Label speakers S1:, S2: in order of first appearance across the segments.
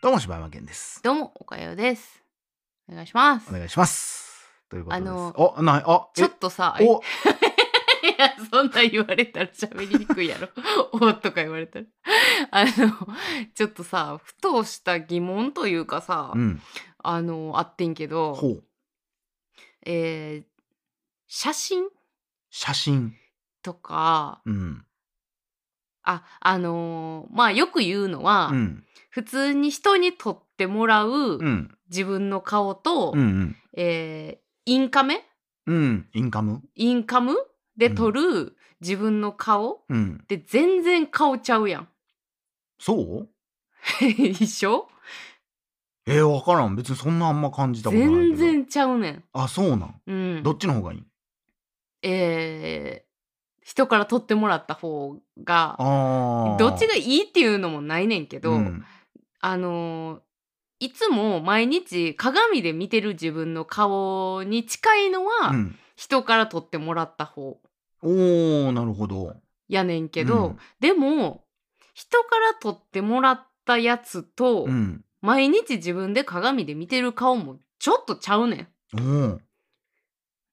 S1: どうも柴山健です。
S2: どうも、おかようです。お願いします
S1: お。願いします。ということです。
S2: あの
S1: お、なあ、え
S2: ちょっとさ、 い
S1: お、
S2: や、そんな言われたら喋りにくいやろ。 おとか言われたら。 あの、ちょっとさ、ふとした疑問というかさ、
S1: うん、
S2: あの、あってんけど、
S1: ほう、
S2: えー写真
S1: 写真、
S2: とか、
S1: うん、
S2: あ、あのーまあ、よく言うのは、
S1: うん、
S2: 普通に人に撮ってもら
S1: う
S2: う
S1: ん、
S2: 自分の顔と、
S1: うん、うん、
S2: えーインカメ
S1: うん、インカム、
S2: インカムで撮る自分の顔、
S1: うん、
S2: で全然顔ちゃうやん
S1: そう？
S2: 一緒
S1: えー、わからん。別にそんなあんま感じたことないけど。
S2: 全。然ちゃうねん
S1: あ、そうなん。
S2: うん
S1: どっちの方がいい？
S2: えー人から取ってもらった方が
S1: ああ。
S2: どっち
S1: が
S2: がいいっていうのもないねんけど、
S1: うん、
S2: あのーいつも毎日鏡で見てる自分の顔に近いのは、
S1: うん、
S2: 人から取ってもらった方
S1: おお、なるほど。
S2: やねんけ
S1: う
S2: ど、
S1: ん
S2: でも人から取ってもらったやつと、
S1: うん、
S2: 毎日自分で鏡で見てる顔もちょっとちゃうねん。
S1: おお、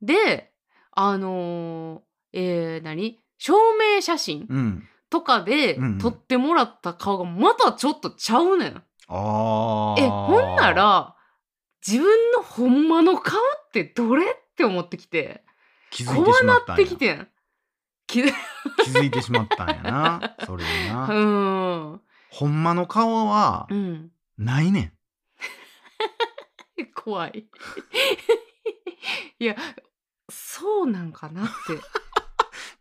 S2: であのーえー何証明写真
S1: うん、
S2: とかで
S1: うんうん
S2: 撮ってもらった顔がまたちょっとちゃうねん。
S1: ああ。
S2: えほんな。ら自分のほんまの顔ってどれって思ってきて
S1: 気づいて
S2: 怖
S1: しま
S2: な
S1: った
S2: っ
S1: んや
S2: てきてん。きう
S1: 気づいてしまったんやな。それでな。
S2: ん
S1: ほんまの顔は
S2: うん
S1: ないねん。
S2: 怖い。 いやそうなんかなって。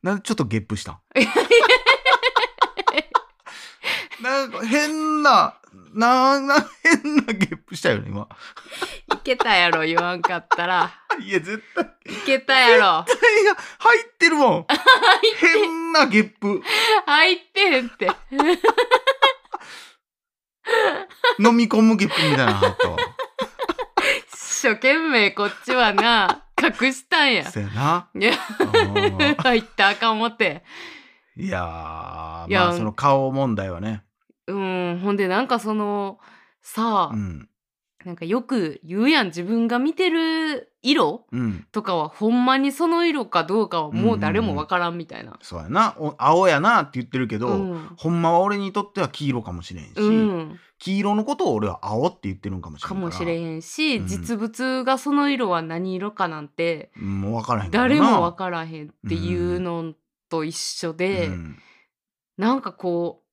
S1: なんでちょっとゲップしたん なんか変な、な、な、変なゲップしたよね、今。
S2: いけたやろ言わんかったら。
S1: いや、絶対、
S2: いけたやろ。
S1: いや、入ってるもん。変なゲップ。
S2: 入ってへんって。
S1: 飲み込むゲップみた いなの入ったわ。
S2: 一生懸命こっちはな隠した んや。
S1: そやな。
S2: いや
S1: うん
S2: 入ったらあかん思って。
S1: いやー、
S2: いや
S1: まあ、その顔問題はね。
S2: うんほんでなんかそのさあ、
S1: うん。
S2: なんかよく言うやん自分が見てる色
S1: うん。
S2: とかはほんまにその色かどうかはもう誰もわからんみたいな。
S1: そうやな。お青やなって言ってるけど、
S2: うん、
S1: ほんまは俺にとっては黄色かもしれんし、
S2: うん、
S1: 黄色のことを俺は青って言ってるんかもしれん
S2: からもしれへんし、
S1: うん
S2: 実物がその色は何色かなんて
S1: もう分からへんからな
S2: 誰もわからへんっていうのと一緒で。
S1: うん
S2: なんかこう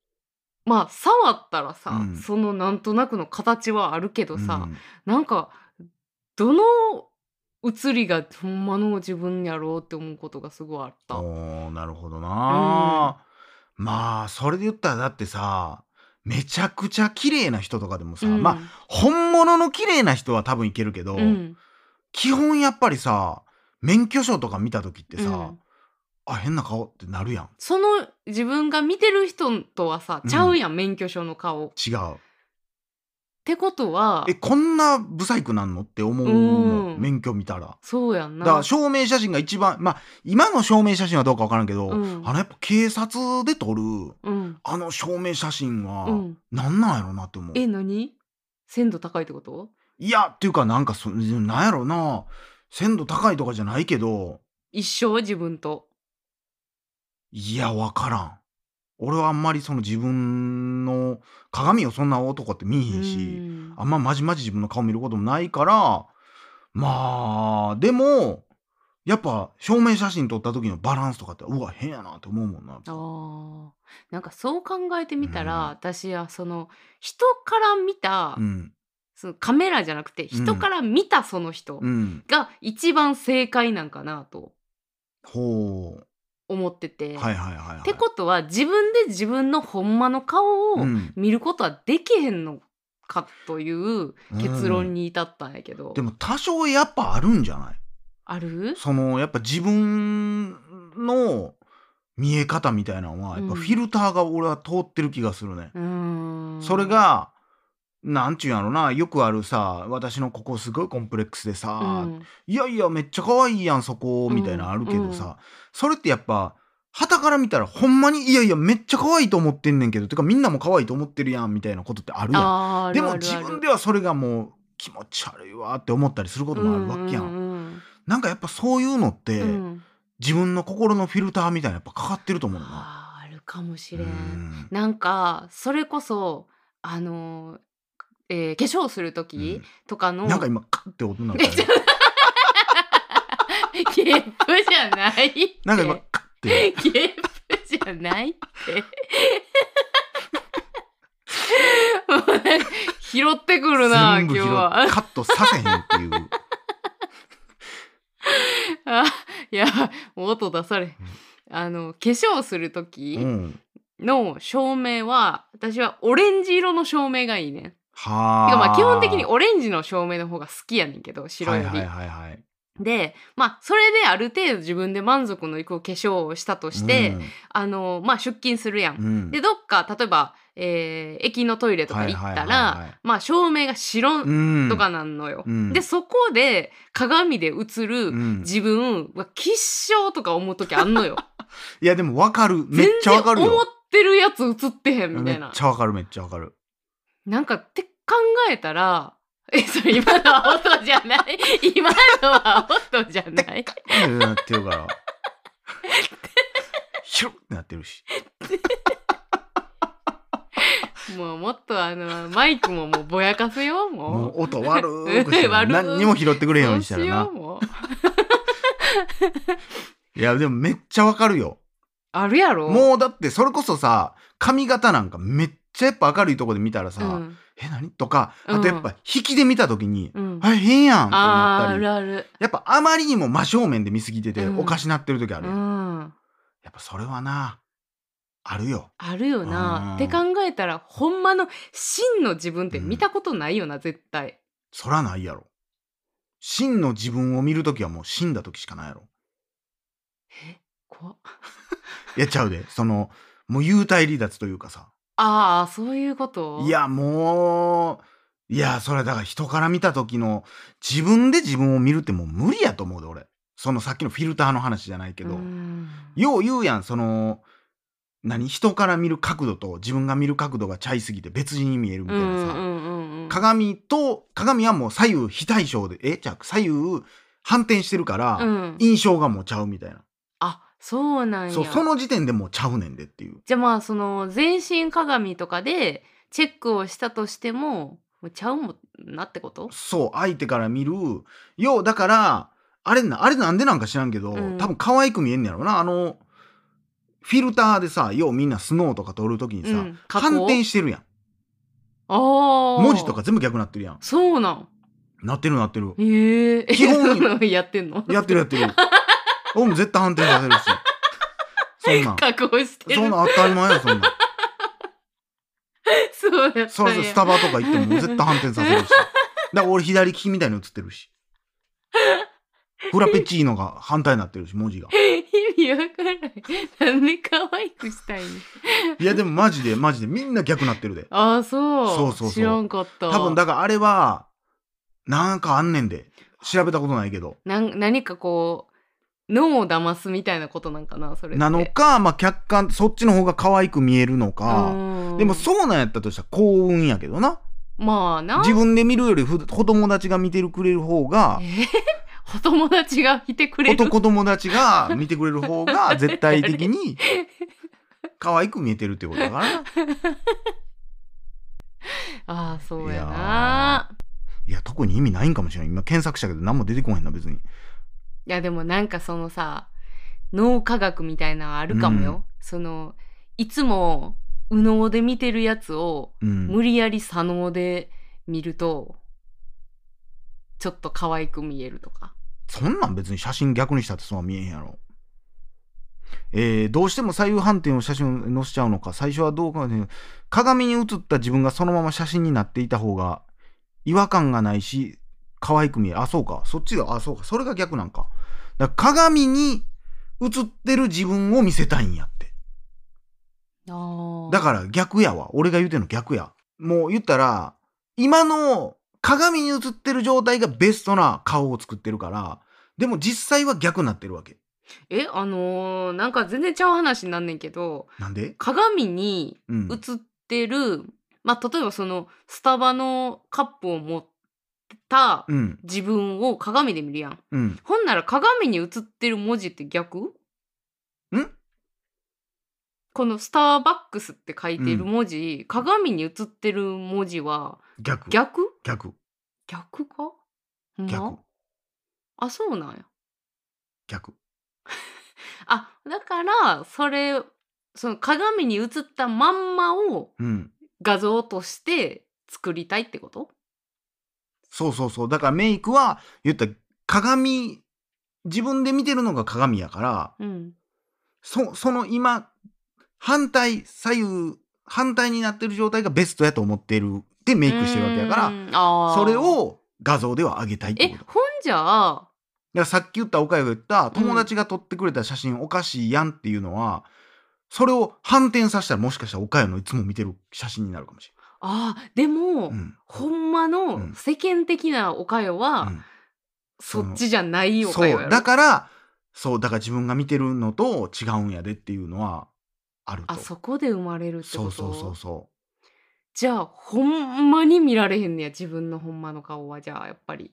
S2: まあ触ったらさ、
S1: うん
S2: そのなんとなくの形はあるけど
S1: う
S2: さ、
S1: ん
S2: なんかどの写りがほんまの自分やろうって思うことがすごいあった。
S1: おーなるほどな、まあそれで言ったらだってさめちゃくちゃ綺麗な人とかでもさ、
S2: うん
S1: まあ本物の綺麗な人は多分いけるけど、
S2: うん
S1: 基本やっぱりさ免許証とか見た時ってさ、
S2: うん
S1: あ変な顔ってなるやん
S2: その自分が見てる人とはさちゃうやん、免許証の顔。っ
S1: 違う
S2: てことは
S1: えこんなブサイクなんのって思うもん、
S2: うん
S1: 免許見たら。
S2: そうやん
S1: だ
S2: な。
S1: から証明写真が一番まあ今の証明写真はどうか分からんけど、
S2: うん
S1: あのやっぱ警察で撮る
S2: うん
S1: あの証明写真は
S2: うん、
S1: なんなんやろなって思う。
S2: え何鮮度高いってこと
S1: いやっていうかなんかそなんやろな鮮度高いとかじゃないけど
S2: 一生自分と。
S1: いやわからん。俺はあんまりその自分の鏡をそんな男って見えへんし、
S2: うん
S1: あんままじまじ自分の顔見ることもないからまあでもやっぱ証明写真撮った時のバランスとかってうわ変やなって思うもんな。
S2: あーなんかそう考えてみたら、
S1: うん
S2: 私はその人から見た、
S1: うん
S2: そのカメラじゃなくて人から見たその人
S1: うん、
S2: が一番正解なんかなと
S1: ほう
S2: 思ってて。
S1: はいはいはいはい。
S2: ってことは自分で自分のほんまの顔
S1: う
S2: を
S1: ん
S2: 見ることはできへんのかという結論に至ったんやけど、
S1: でも多少やっぱあるんじゃない
S2: ある
S1: そのやっぱ自分の見え方みたいなのはやっぱフィルターが俺は通ってる気がするね。
S2: うーん
S1: それがなんちゅうんやろなよくあるさ私のここすごいコンプレックスでさ、
S2: うん
S1: いやいやめっちゃ可愛いやんそこみたいなのあるけどさ、
S2: う
S1: それってやっぱ旗から見たらほんまにいやいやめっちゃ可愛いと思ってんねんけどてかみんなも可愛いと思ってるやんみたいなことってあるやん
S2: あーあ
S1: で
S2: る
S1: も
S2: ある
S1: 自
S2: ある
S1: 分ではそれがもう気持ち悪いわって思ったりすることもあるわけやん,、
S2: うんうん
S1: なんかやっぱそういうのって、
S2: うんうん
S1: 自分の心のフィルターみたいなやっぱかかってると思うな
S2: あーあるかもしれん、
S1: うん
S2: なんかそれこそあのーえー化粧する時とかの、
S1: なんか今カッて音なった
S2: え
S1: よ
S2: ちょ ゲップじゃないって
S1: なんか今カッ
S2: ゲ
S1: て
S2: ップじゃないって もうなんか拾ってくるな
S1: 全
S2: 今
S1: 部
S2: 日
S1: 拾って
S2: は
S1: カットさせへんって いう
S2: あいやもう音出されんあの化粧する時
S1: うん
S2: の照明は私はオレンジ色の照明がいいねん。て
S1: はあ
S2: かまあ基本的にオレンジの照明の方が好きやねんけど白より。
S1: はいはいはいはい
S2: でまあそれである程度自分で満足のいく化粧をしたとして、あのまあ出勤するやん。
S1: うんうん
S2: でどっか例えば、えー駅のトイレとか行ったら、
S1: はいはいはいはい
S2: まあ照明が白
S1: うん
S2: とかなんのよ。
S1: うん
S2: でそこで鏡で映
S1: う
S2: る
S1: ん、い
S2: 自分は吉祥とか思う時あんのよ。
S1: やでもわかる めっちゃわかる
S2: 全然思っ
S1: よ
S2: てるやつ映ってへんみた
S1: めっ
S2: いな。
S1: ちゃわかるめっちゃわかる
S2: なんかって考えたら、え、それ今のは音じゃない 今のは音じゃない
S1: うんなってるからヒュッってなってるし
S2: もうもっとあの、マイクももうぼやかせよう、
S1: も
S2: もう。
S1: う音悪くして
S2: 悪
S1: 何にも拾ってくれへんようにしたら
S2: ど
S1: な
S2: うしようもう
S1: いやでもめっちゃわかるよ
S2: あるやろ
S1: もうだってそれこそさ髪型なんかめっちゃやっぱ明るいとこで見たらさ「
S2: うん、
S1: え何?」とか
S2: うん
S1: あとやっぱ引きで見た時に
S2: うん
S1: 「あ変やん」って
S2: あー
S1: な
S2: あ
S1: ったり
S2: るある。
S1: やっぱあまりにも真正面で見すぎてて
S2: うん
S1: おかしなってる時あ
S2: う
S1: るやん
S2: ん。
S1: やっぱそれはなあるよ
S2: あるよな。っ
S1: うん
S2: て考えたら、ほんまの真の自分って見たことないよな、絶対。
S1: そらないやろ真の自分を見る時はもう死んだ時しかないやろ
S2: 怖っ
S1: いやっちゃうでそのもう幽体離脱というかさ
S2: ああ、そういうこと
S1: い、やもういやそれはだから人から見た時の自分で自分を見るってもう無理やと思うで俺そのさっきのフィルターの話じゃないけど、
S2: うん
S1: よう言うやんその何人から見る角度と自分が見る角度がちゃいすぎて別人に見えるみたいなさ、
S2: うんうんうんうん、
S1: 鏡と鏡はもう左右非対称でえじゃあ左右反転してるから、
S2: うん、
S1: 印象がもうちゃうみたいな
S2: あそうなんや
S1: そうその時点でもうちゃうねんでっていう
S2: じゃあまあその全身鏡とかでチェックをしたとしてももうちゃうもんなってこと
S1: そう相手から見るようだからあれなあれなんでなんか知らんけど、
S2: うん
S1: 多分可愛く見えんねやろなあのフィルターでさようみんなスノーとか撮るときにさ、
S2: うん加工
S1: 反転してるやん
S2: あー
S1: 文字とか全部逆なってるやん
S2: そうなん
S1: なってるなってる
S2: へえ
S1: 基本
S2: そんなん やってんの
S1: やってるやってる俺も絶対反転させるしそ んなん
S2: 加工してる
S1: そんなん当たり前やそん なん
S2: そうやった
S1: そ
S2: ん
S1: う
S2: や
S1: そうスタバとか行っても絶対反転させるしだから俺左利きみたいに映ってるしフラペチーノが反対になってるし文字が
S2: 意味わからないなんで可愛くしたいの
S1: いやでもマジでマジでみんな逆なってるで
S2: ああそう
S1: そうそうそう
S2: 知らんかった
S1: 多分だからあれはなんかあんねんで調べたことないけど
S2: なん何かこう脳を騙すみたいなことなんかなそれって
S1: なのか、まあ、客観そっちの方が可愛く見えるのか
S2: うん
S1: でもそうなんやったとしたら幸運やけどな
S2: まあな
S1: 自分で見るよりふお友達が見てくれる方が
S2: えー、お友達がいてくれる
S1: 男友達が見てくれる方 が絶対的に可愛く見えてるってことだからな
S2: ああそうやない
S1: や特に意味ないんかもしれない今検索したけど何も出てこへんな別に
S2: いやでもなんかそのさ脳科学みたいなのあるかもよ、
S1: う
S2: そのいつも右脳で見てるやつを
S1: うん
S2: 無理やり左脳で見るとちょっと可愛く見えるとか
S1: そんなん別に写真逆にしたってそうは見えへんやろ。えーどうしても左右反転を写真に載せちゃうのか、最初はどうかね、鏡に映った自分がそのまま写真になっていた方が違和感がないし、可愛く見える。あ、そうか。そっちが、あ、そうか。それが逆なんか。だから鏡に映ってる自分を見せたいんやって。
S2: あ
S1: だからら逆やわ。俺が言うてんの逆や。もう言ったら、今の鏡に映ってる状態がベストな顔を作ってるから、でも実際は逆になってるわけ。
S2: えあのーなんか全然ちゃう話になんねんけど
S1: なんで、
S2: 鏡に
S1: うん、
S2: 映ってる、まあ例えばそのスタバのカップを持った
S1: うん
S2: 自分を鏡で見るやん。
S1: うん
S2: ほんなら鏡に映ってる文字って逆んこの「スターバックス」って書いてる文字、鏡に映ってる文字は
S1: 逆逆
S2: 逆
S1: 逆
S2: 逆かほんま
S1: 逆
S2: あそうなんや。
S1: 逆
S2: あだからそれその鏡に映ったまんまを
S1: うん
S2: 画像として作りたいってこと
S1: そうそうそうだからメイクは言ったら鏡自分で見てるのが鏡やから
S2: うん。
S1: そその今反対左右反対になってる状態がベストやと思ってるでメイクしてるわけやから
S2: うんあー
S1: それを画像では上げたいって
S2: え
S1: ことだか
S2: ほんじゃあ
S1: らさっき言った岡谷が言った友達が撮ってくれた写真おかしいやんっていうのは、それを反転させたらもしかしたら岡谷のいつも見てる写真になるかもし
S2: あーでも、
S1: れない、うん
S2: ほんまの世間的なおかよは、
S1: うん
S2: そっちじゃないお
S1: そ
S2: かよや
S1: う
S2: ろ
S1: だからそうだから自分が見てるのと違うんやでっていうのはあると
S2: あそこで生まれるって
S1: そ
S2: こと
S1: うそうそうそ
S2: じゃあほんまに見られへんねや自分のほんまの顔はじゃあやっぱり
S1: う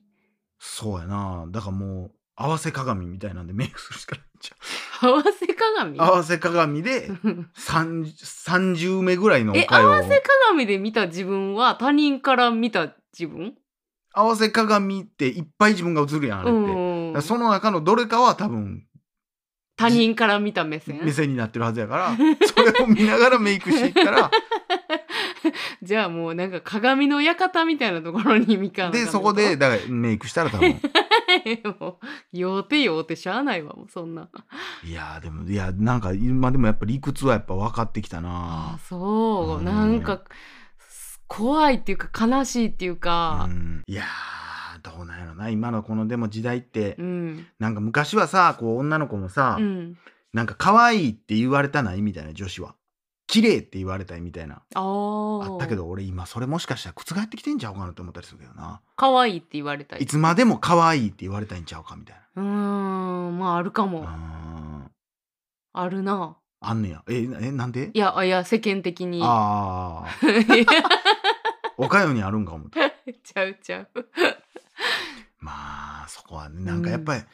S1: そうやなだからもう合わせ鏡みたいなんでメイクするしかないんちゃ
S2: 合わせ鏡
S1: う合わせ鏡で 30, 30目ぐらいのお
S2: え
S1: か
S2: 合
S1: ゆを
S2: わせ鏡で見た自分は他人から見た自分
S1: 合わせ鏡っていっぱい自分が映るやんあれって、だか
S2: うん
S1: らその中のどれかは多分
S2: 他人から見た目線
S1: 目線になってるはずやから それを見ながらメイクしていった ら
S2: じゃあもうなんか鏡の館みたいなところにみかん
S1: でそこでだからメイクしたら多分
S2: もうようてようてしゃあないわもうそんない
S1: やーでもいやなんか今でもやっぱ理屈はやっぱ分かってきたな
S2: あそう、
S1: うん
S2: なんかす怖いっていうか悲しいっていうか
S1: うんいやーどうなんやろな今のこのでも時代って、
S2: うん
S1: なんか昔はさこう女の子もさ、
S2: うん
S1: なんか可愛いって言われたないみたいな女子は綺麗って言われたいみたいな
S2: あー
S1: あったけど俺今それもしかしたら覆ってきてんちゃうかなって思ったりするけどな
S2: 可愛いって言われた
S1: い
S2: り
S1: つまでも可愛いって言われたいんちゃうかみたいう
S2: ーんまああるかも
S1: なうん
S2: あるな
S1: あんねやえなえなんで
S2: いやあいや世間的に
S1: ああおかよにあるんか思った
S2: ちゃうちゃう
S1: まあそこはねなんかやっぱり、うん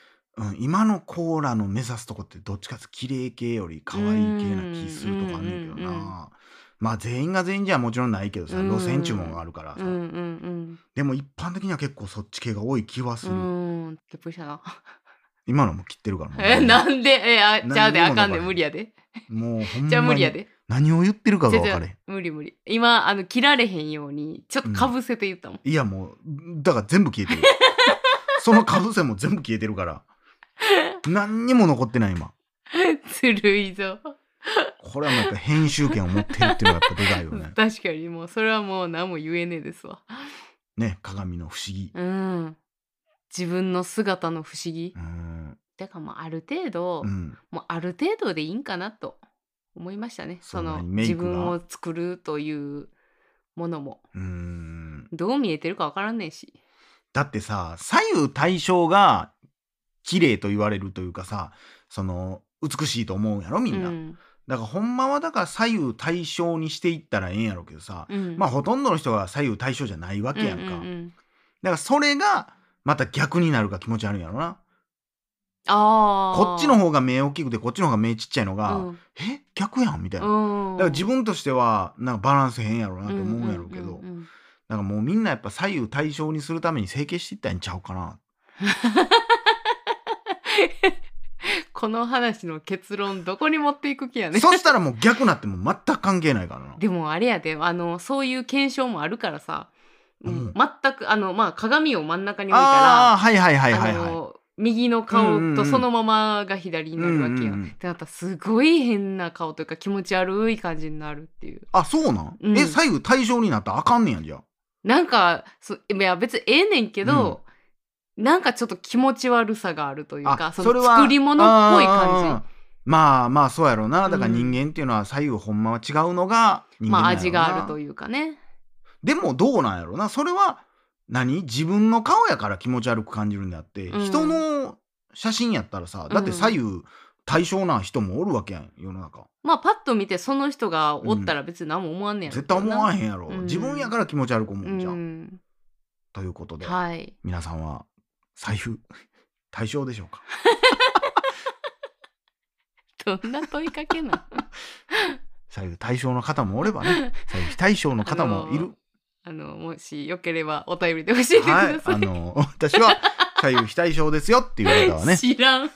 S1: 今のコーラの目指すとこってどっちかっていうと綺麗系より可愛い系な気するとかあんねんけどな、
S2: うんうんうんうん
S1: まあ全員が全員じゃもちろんないけどさ、
S2: うん
S1: 路線注文があるからさ、
S2: うんうん
S1: でも一般的には結構そっち系が多い気はす
S2: う
S1: る、
S2: んうーんゲップしたな
S1: 今のも切ってるからもう
S2: え なんでえあ
S1: 何にも
S2: ちゃうであかん
S1: 残らへ
S2: で
S1: ん
S2: 無理やで
S1: もうほんまに
S2: じゃあ無理やで
S1: 何を言ってるか
S2: じ
S1: が
S2: ゃあ
S1: 分
S2: じ
S1: か
S2: ゃあ
S1: れん
S2: 無理無理今あの切られへんようにちょっとかぶせて言ったもん、
S1: いやもうだから全部消えてるその可能性も全部消えてるから何にも残ってない今
S2: ずるいぞ
S1: これはもうやっぱ編集権を持ってるっていうのがやっぱでかいよね
S2: 確かにもうそれはもう何も言えねえですわ
S1: ね鏡の不思議
S2: うん自分の姿の不思議
S1: うん、
S2: だからもうある程度、
S1: うん、
S2: もうある程度でいいんかなと思いましたね
S1: そ
S2: そ
S1: んな
S2: の
S1: にメイ
S2: 自
S1: クが
S2: 分を作るというものも
S1: うん
S2: どう見えてるかわからんねえし
S1: だってさ左右対称が綺麗と言われるというかさその美しいと思うやろみんな、
S2: うん
S1: だからほんまはだから左右対称にしていったらええんやろうけどさ、
S2: うん、
S1: まあほとんどの人が左右対称じゃないわけやんか、
S2: うんうんう
S1: だ
S2: ん
S1: からそれがまた逆になるか気持ち悪いんやろな
S2: ああ
S1: こっちの方が目大きくてこっちの方が目ちっちゃいのが、
S2: うん
S1: え逆やんみたいな、だ
S2: うん、
S1: から自分としてはなんかバランス変やろうなと思うんやろうけど、
S2: んうんうんうん
S1: なんかもうみんなやっぱ左右対称にするために整形していったんちゃうかな。
S2: この話の結論どこに持っていく気やね
S1: そしたらもう逆なってもう全く関係ないからな。
S2: でもあれやであのそういう検証もあるからさ、
S1: うん
S2: 全くあのまあ鏡を真ん中に置いたら
S1: ああ、はいはいはいはい
S2: あ
S1: はい。
S2: の右の顔
S1: うんうんう
S2: と
S1: ん
S2: そのままが左になるわ
S1: うん
S2: けや、ん
S1: うんうん
S2: ってなったらすごい変な顔というか気持ち悪い感じになるっていう
S1: あ、そうなん、
S2: うん
S1: え、左右対称になったらあかんねやじゃあ。
S2: なんかそいや別にええねんけど、なんかちょっと気持ち悪さがあるというか
S1: あ
S2: その作り物っぽい感
S1: じ。まあまあそうやろうな。
S2: ん
S1: だから人間っていうのは左右ほんまは違うのが
S2: じ
S1: 人間
S2: ま
S1: なん
S2: あ
S1: やろ
S2: 味
S1: うな
S2: があるというかね
S1: でもどうなんやろうな。それは何自分の顔やから気持ち悪く感じるんであって、
S2: うん
S1: 人の写真やったらさだって左右対称な人もおるわけやん世の中
S2: まあパッと見てその人がおったら別に何も思わんねやろ
S1: 絶
S2: うけど
S1: 対
S2: な、
S1: 思わへんやろ、
S2: うん
S1: 自分やから気持ち悪く思うじゃん、
S2: うん
S1: ということで、
S2: はい
S1: 皆さんは財布 対象でしょうか
S2: どんな問いか けな
S1: 財布対象の方もおれば ね財布非対象の方もいる、
S2: あのもしよければお便りで教えてくだ
S1: はい
S2: さい、
S1: あの私は左右非対称ですよっていう方は ね
S2: 知らん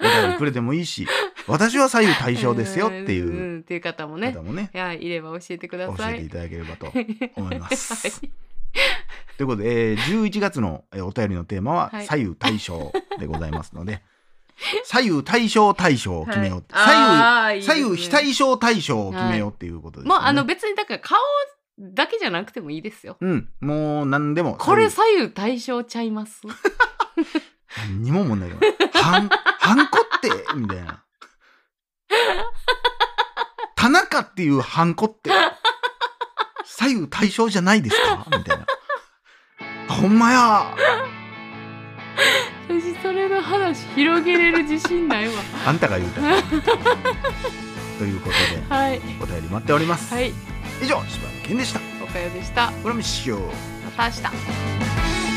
S1: お便りくれてもいいし私は左右対称ですよってい
S2: ん
S1: うん
S2: っていう方もね
S1: 方もね
S2: いやいれば教えてくだ
S1: 教
S2: さ
S1: えて
S2: い
S1: いただければと思います
S2: はい
S1: ということで、えー11月のえーお便りのテーマは
S2: はい
S1: 左右対称でございますので、 左右対称対称を決めよう、
S2: はいあーいいです
S1: 左右
S2: ね
S1: 左右非対称対称を決めようっていうことです、ね
S2: まああの別にだから顔だけじゃなくてもいいですよ
S1: うんもう何でも
S2: これ
S1: 左
S2: 左右対称ちゃいます
S1: 右何にも問題がないは んはんこってみたい な田中っていうはんこって左右対称じゃないですかみたいなあほんまや
S2: 私それの話広げれる自信ないわ
S1: あんたが言うたらということで
S2: はい
S1: お便り待っております、
S2: はい
S1: 以上柴田健でした
S2: おかよでした
S1: これもしよう
S2: また明日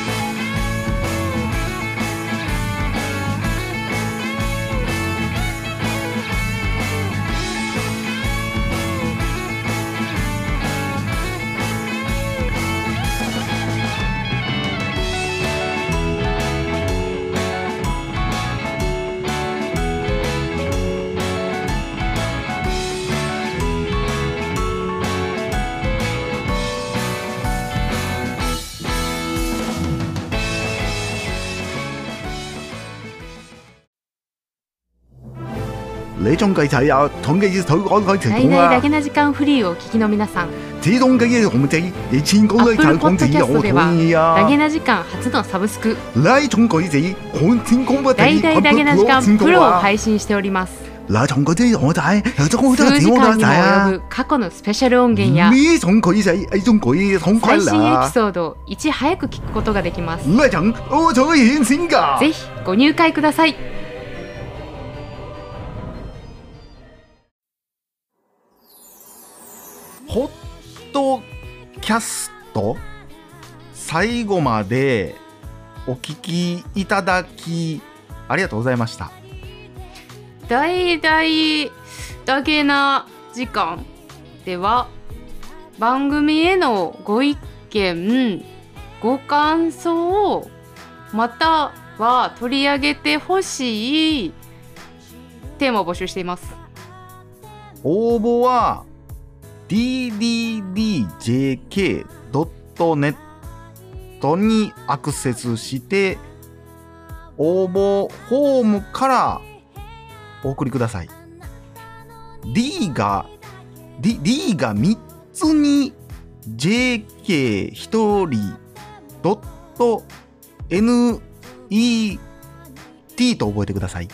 S1: 你中計仔啊統計頭講佢
S2: ナ
S1: 成
S2: イ
S1: 功
S2: ナイ
S1: 啊
S2: だけな時間フリーをお聞きの皆さん
S1: 始終計嘅紅仔你千公都睇講仔我同意
S2: ダ
S1: 啊
S2: ゲな時間初のサブスク
S1: 那種鬼子講天公不
S2: 大
S1: 敵
S2: 々ダゲな時間プロを
S1: 啊
S2: 配信しております
S1: 那種鬼子我仔有種鬼子
S2: 数時
S1: 我
S2: 間にも
S1: 仔啊
S2: 及ぶ過去のスペシャル音源や
S1: 呢種鬼子呢種鬼統
S2: 最
S1: 鬼
S2: 新エピ
S1: 啦
S2: ソードをいち早く聞くことができます
S1: 那種我才顯先㗎
S2: ぜひご入会ください
S1: ホットキャスト最後までお聞きいただきありがとうございました。
S2: 大々だけな時間では番組へのご意見ご感想または取り上げてほしいテーマを募集しています
S1: 応募は ddjk.net にアクセスして応募フォームからお送りください。D が D, D が3つに JK1 人ドット NET と覚えてください。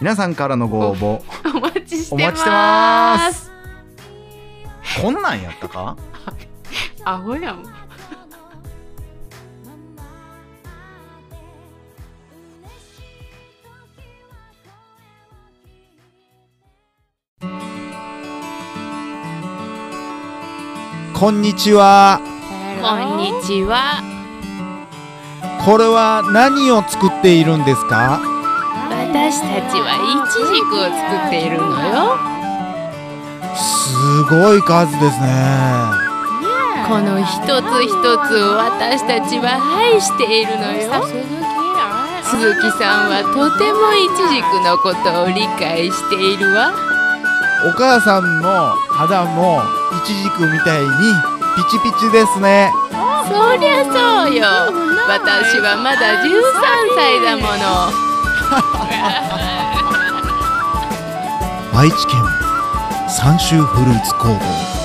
S1: 皆さんからのご応募
S2: お待ちして
S1: お
S2: ま
S1: 待ち
S2: す
S1: してます。こんなんやったか
S2: アホやん
S3: こんにちは。
S2: こんにちは
S3: これは何を作っているんですか
S2: 私たちはイチジクを作っているのよ
S3: すごい数ですね。
S2: この一つ一つを私たちは愛しているのよ鈴木さんはとてもイチジクのことを理解しているわ
S3: お母さんの肌もイチジクみたいにピチピチですね。
S2: そりゃそうよ私はまだ13歳だもの
S3: 愛知県三州フルーツ工房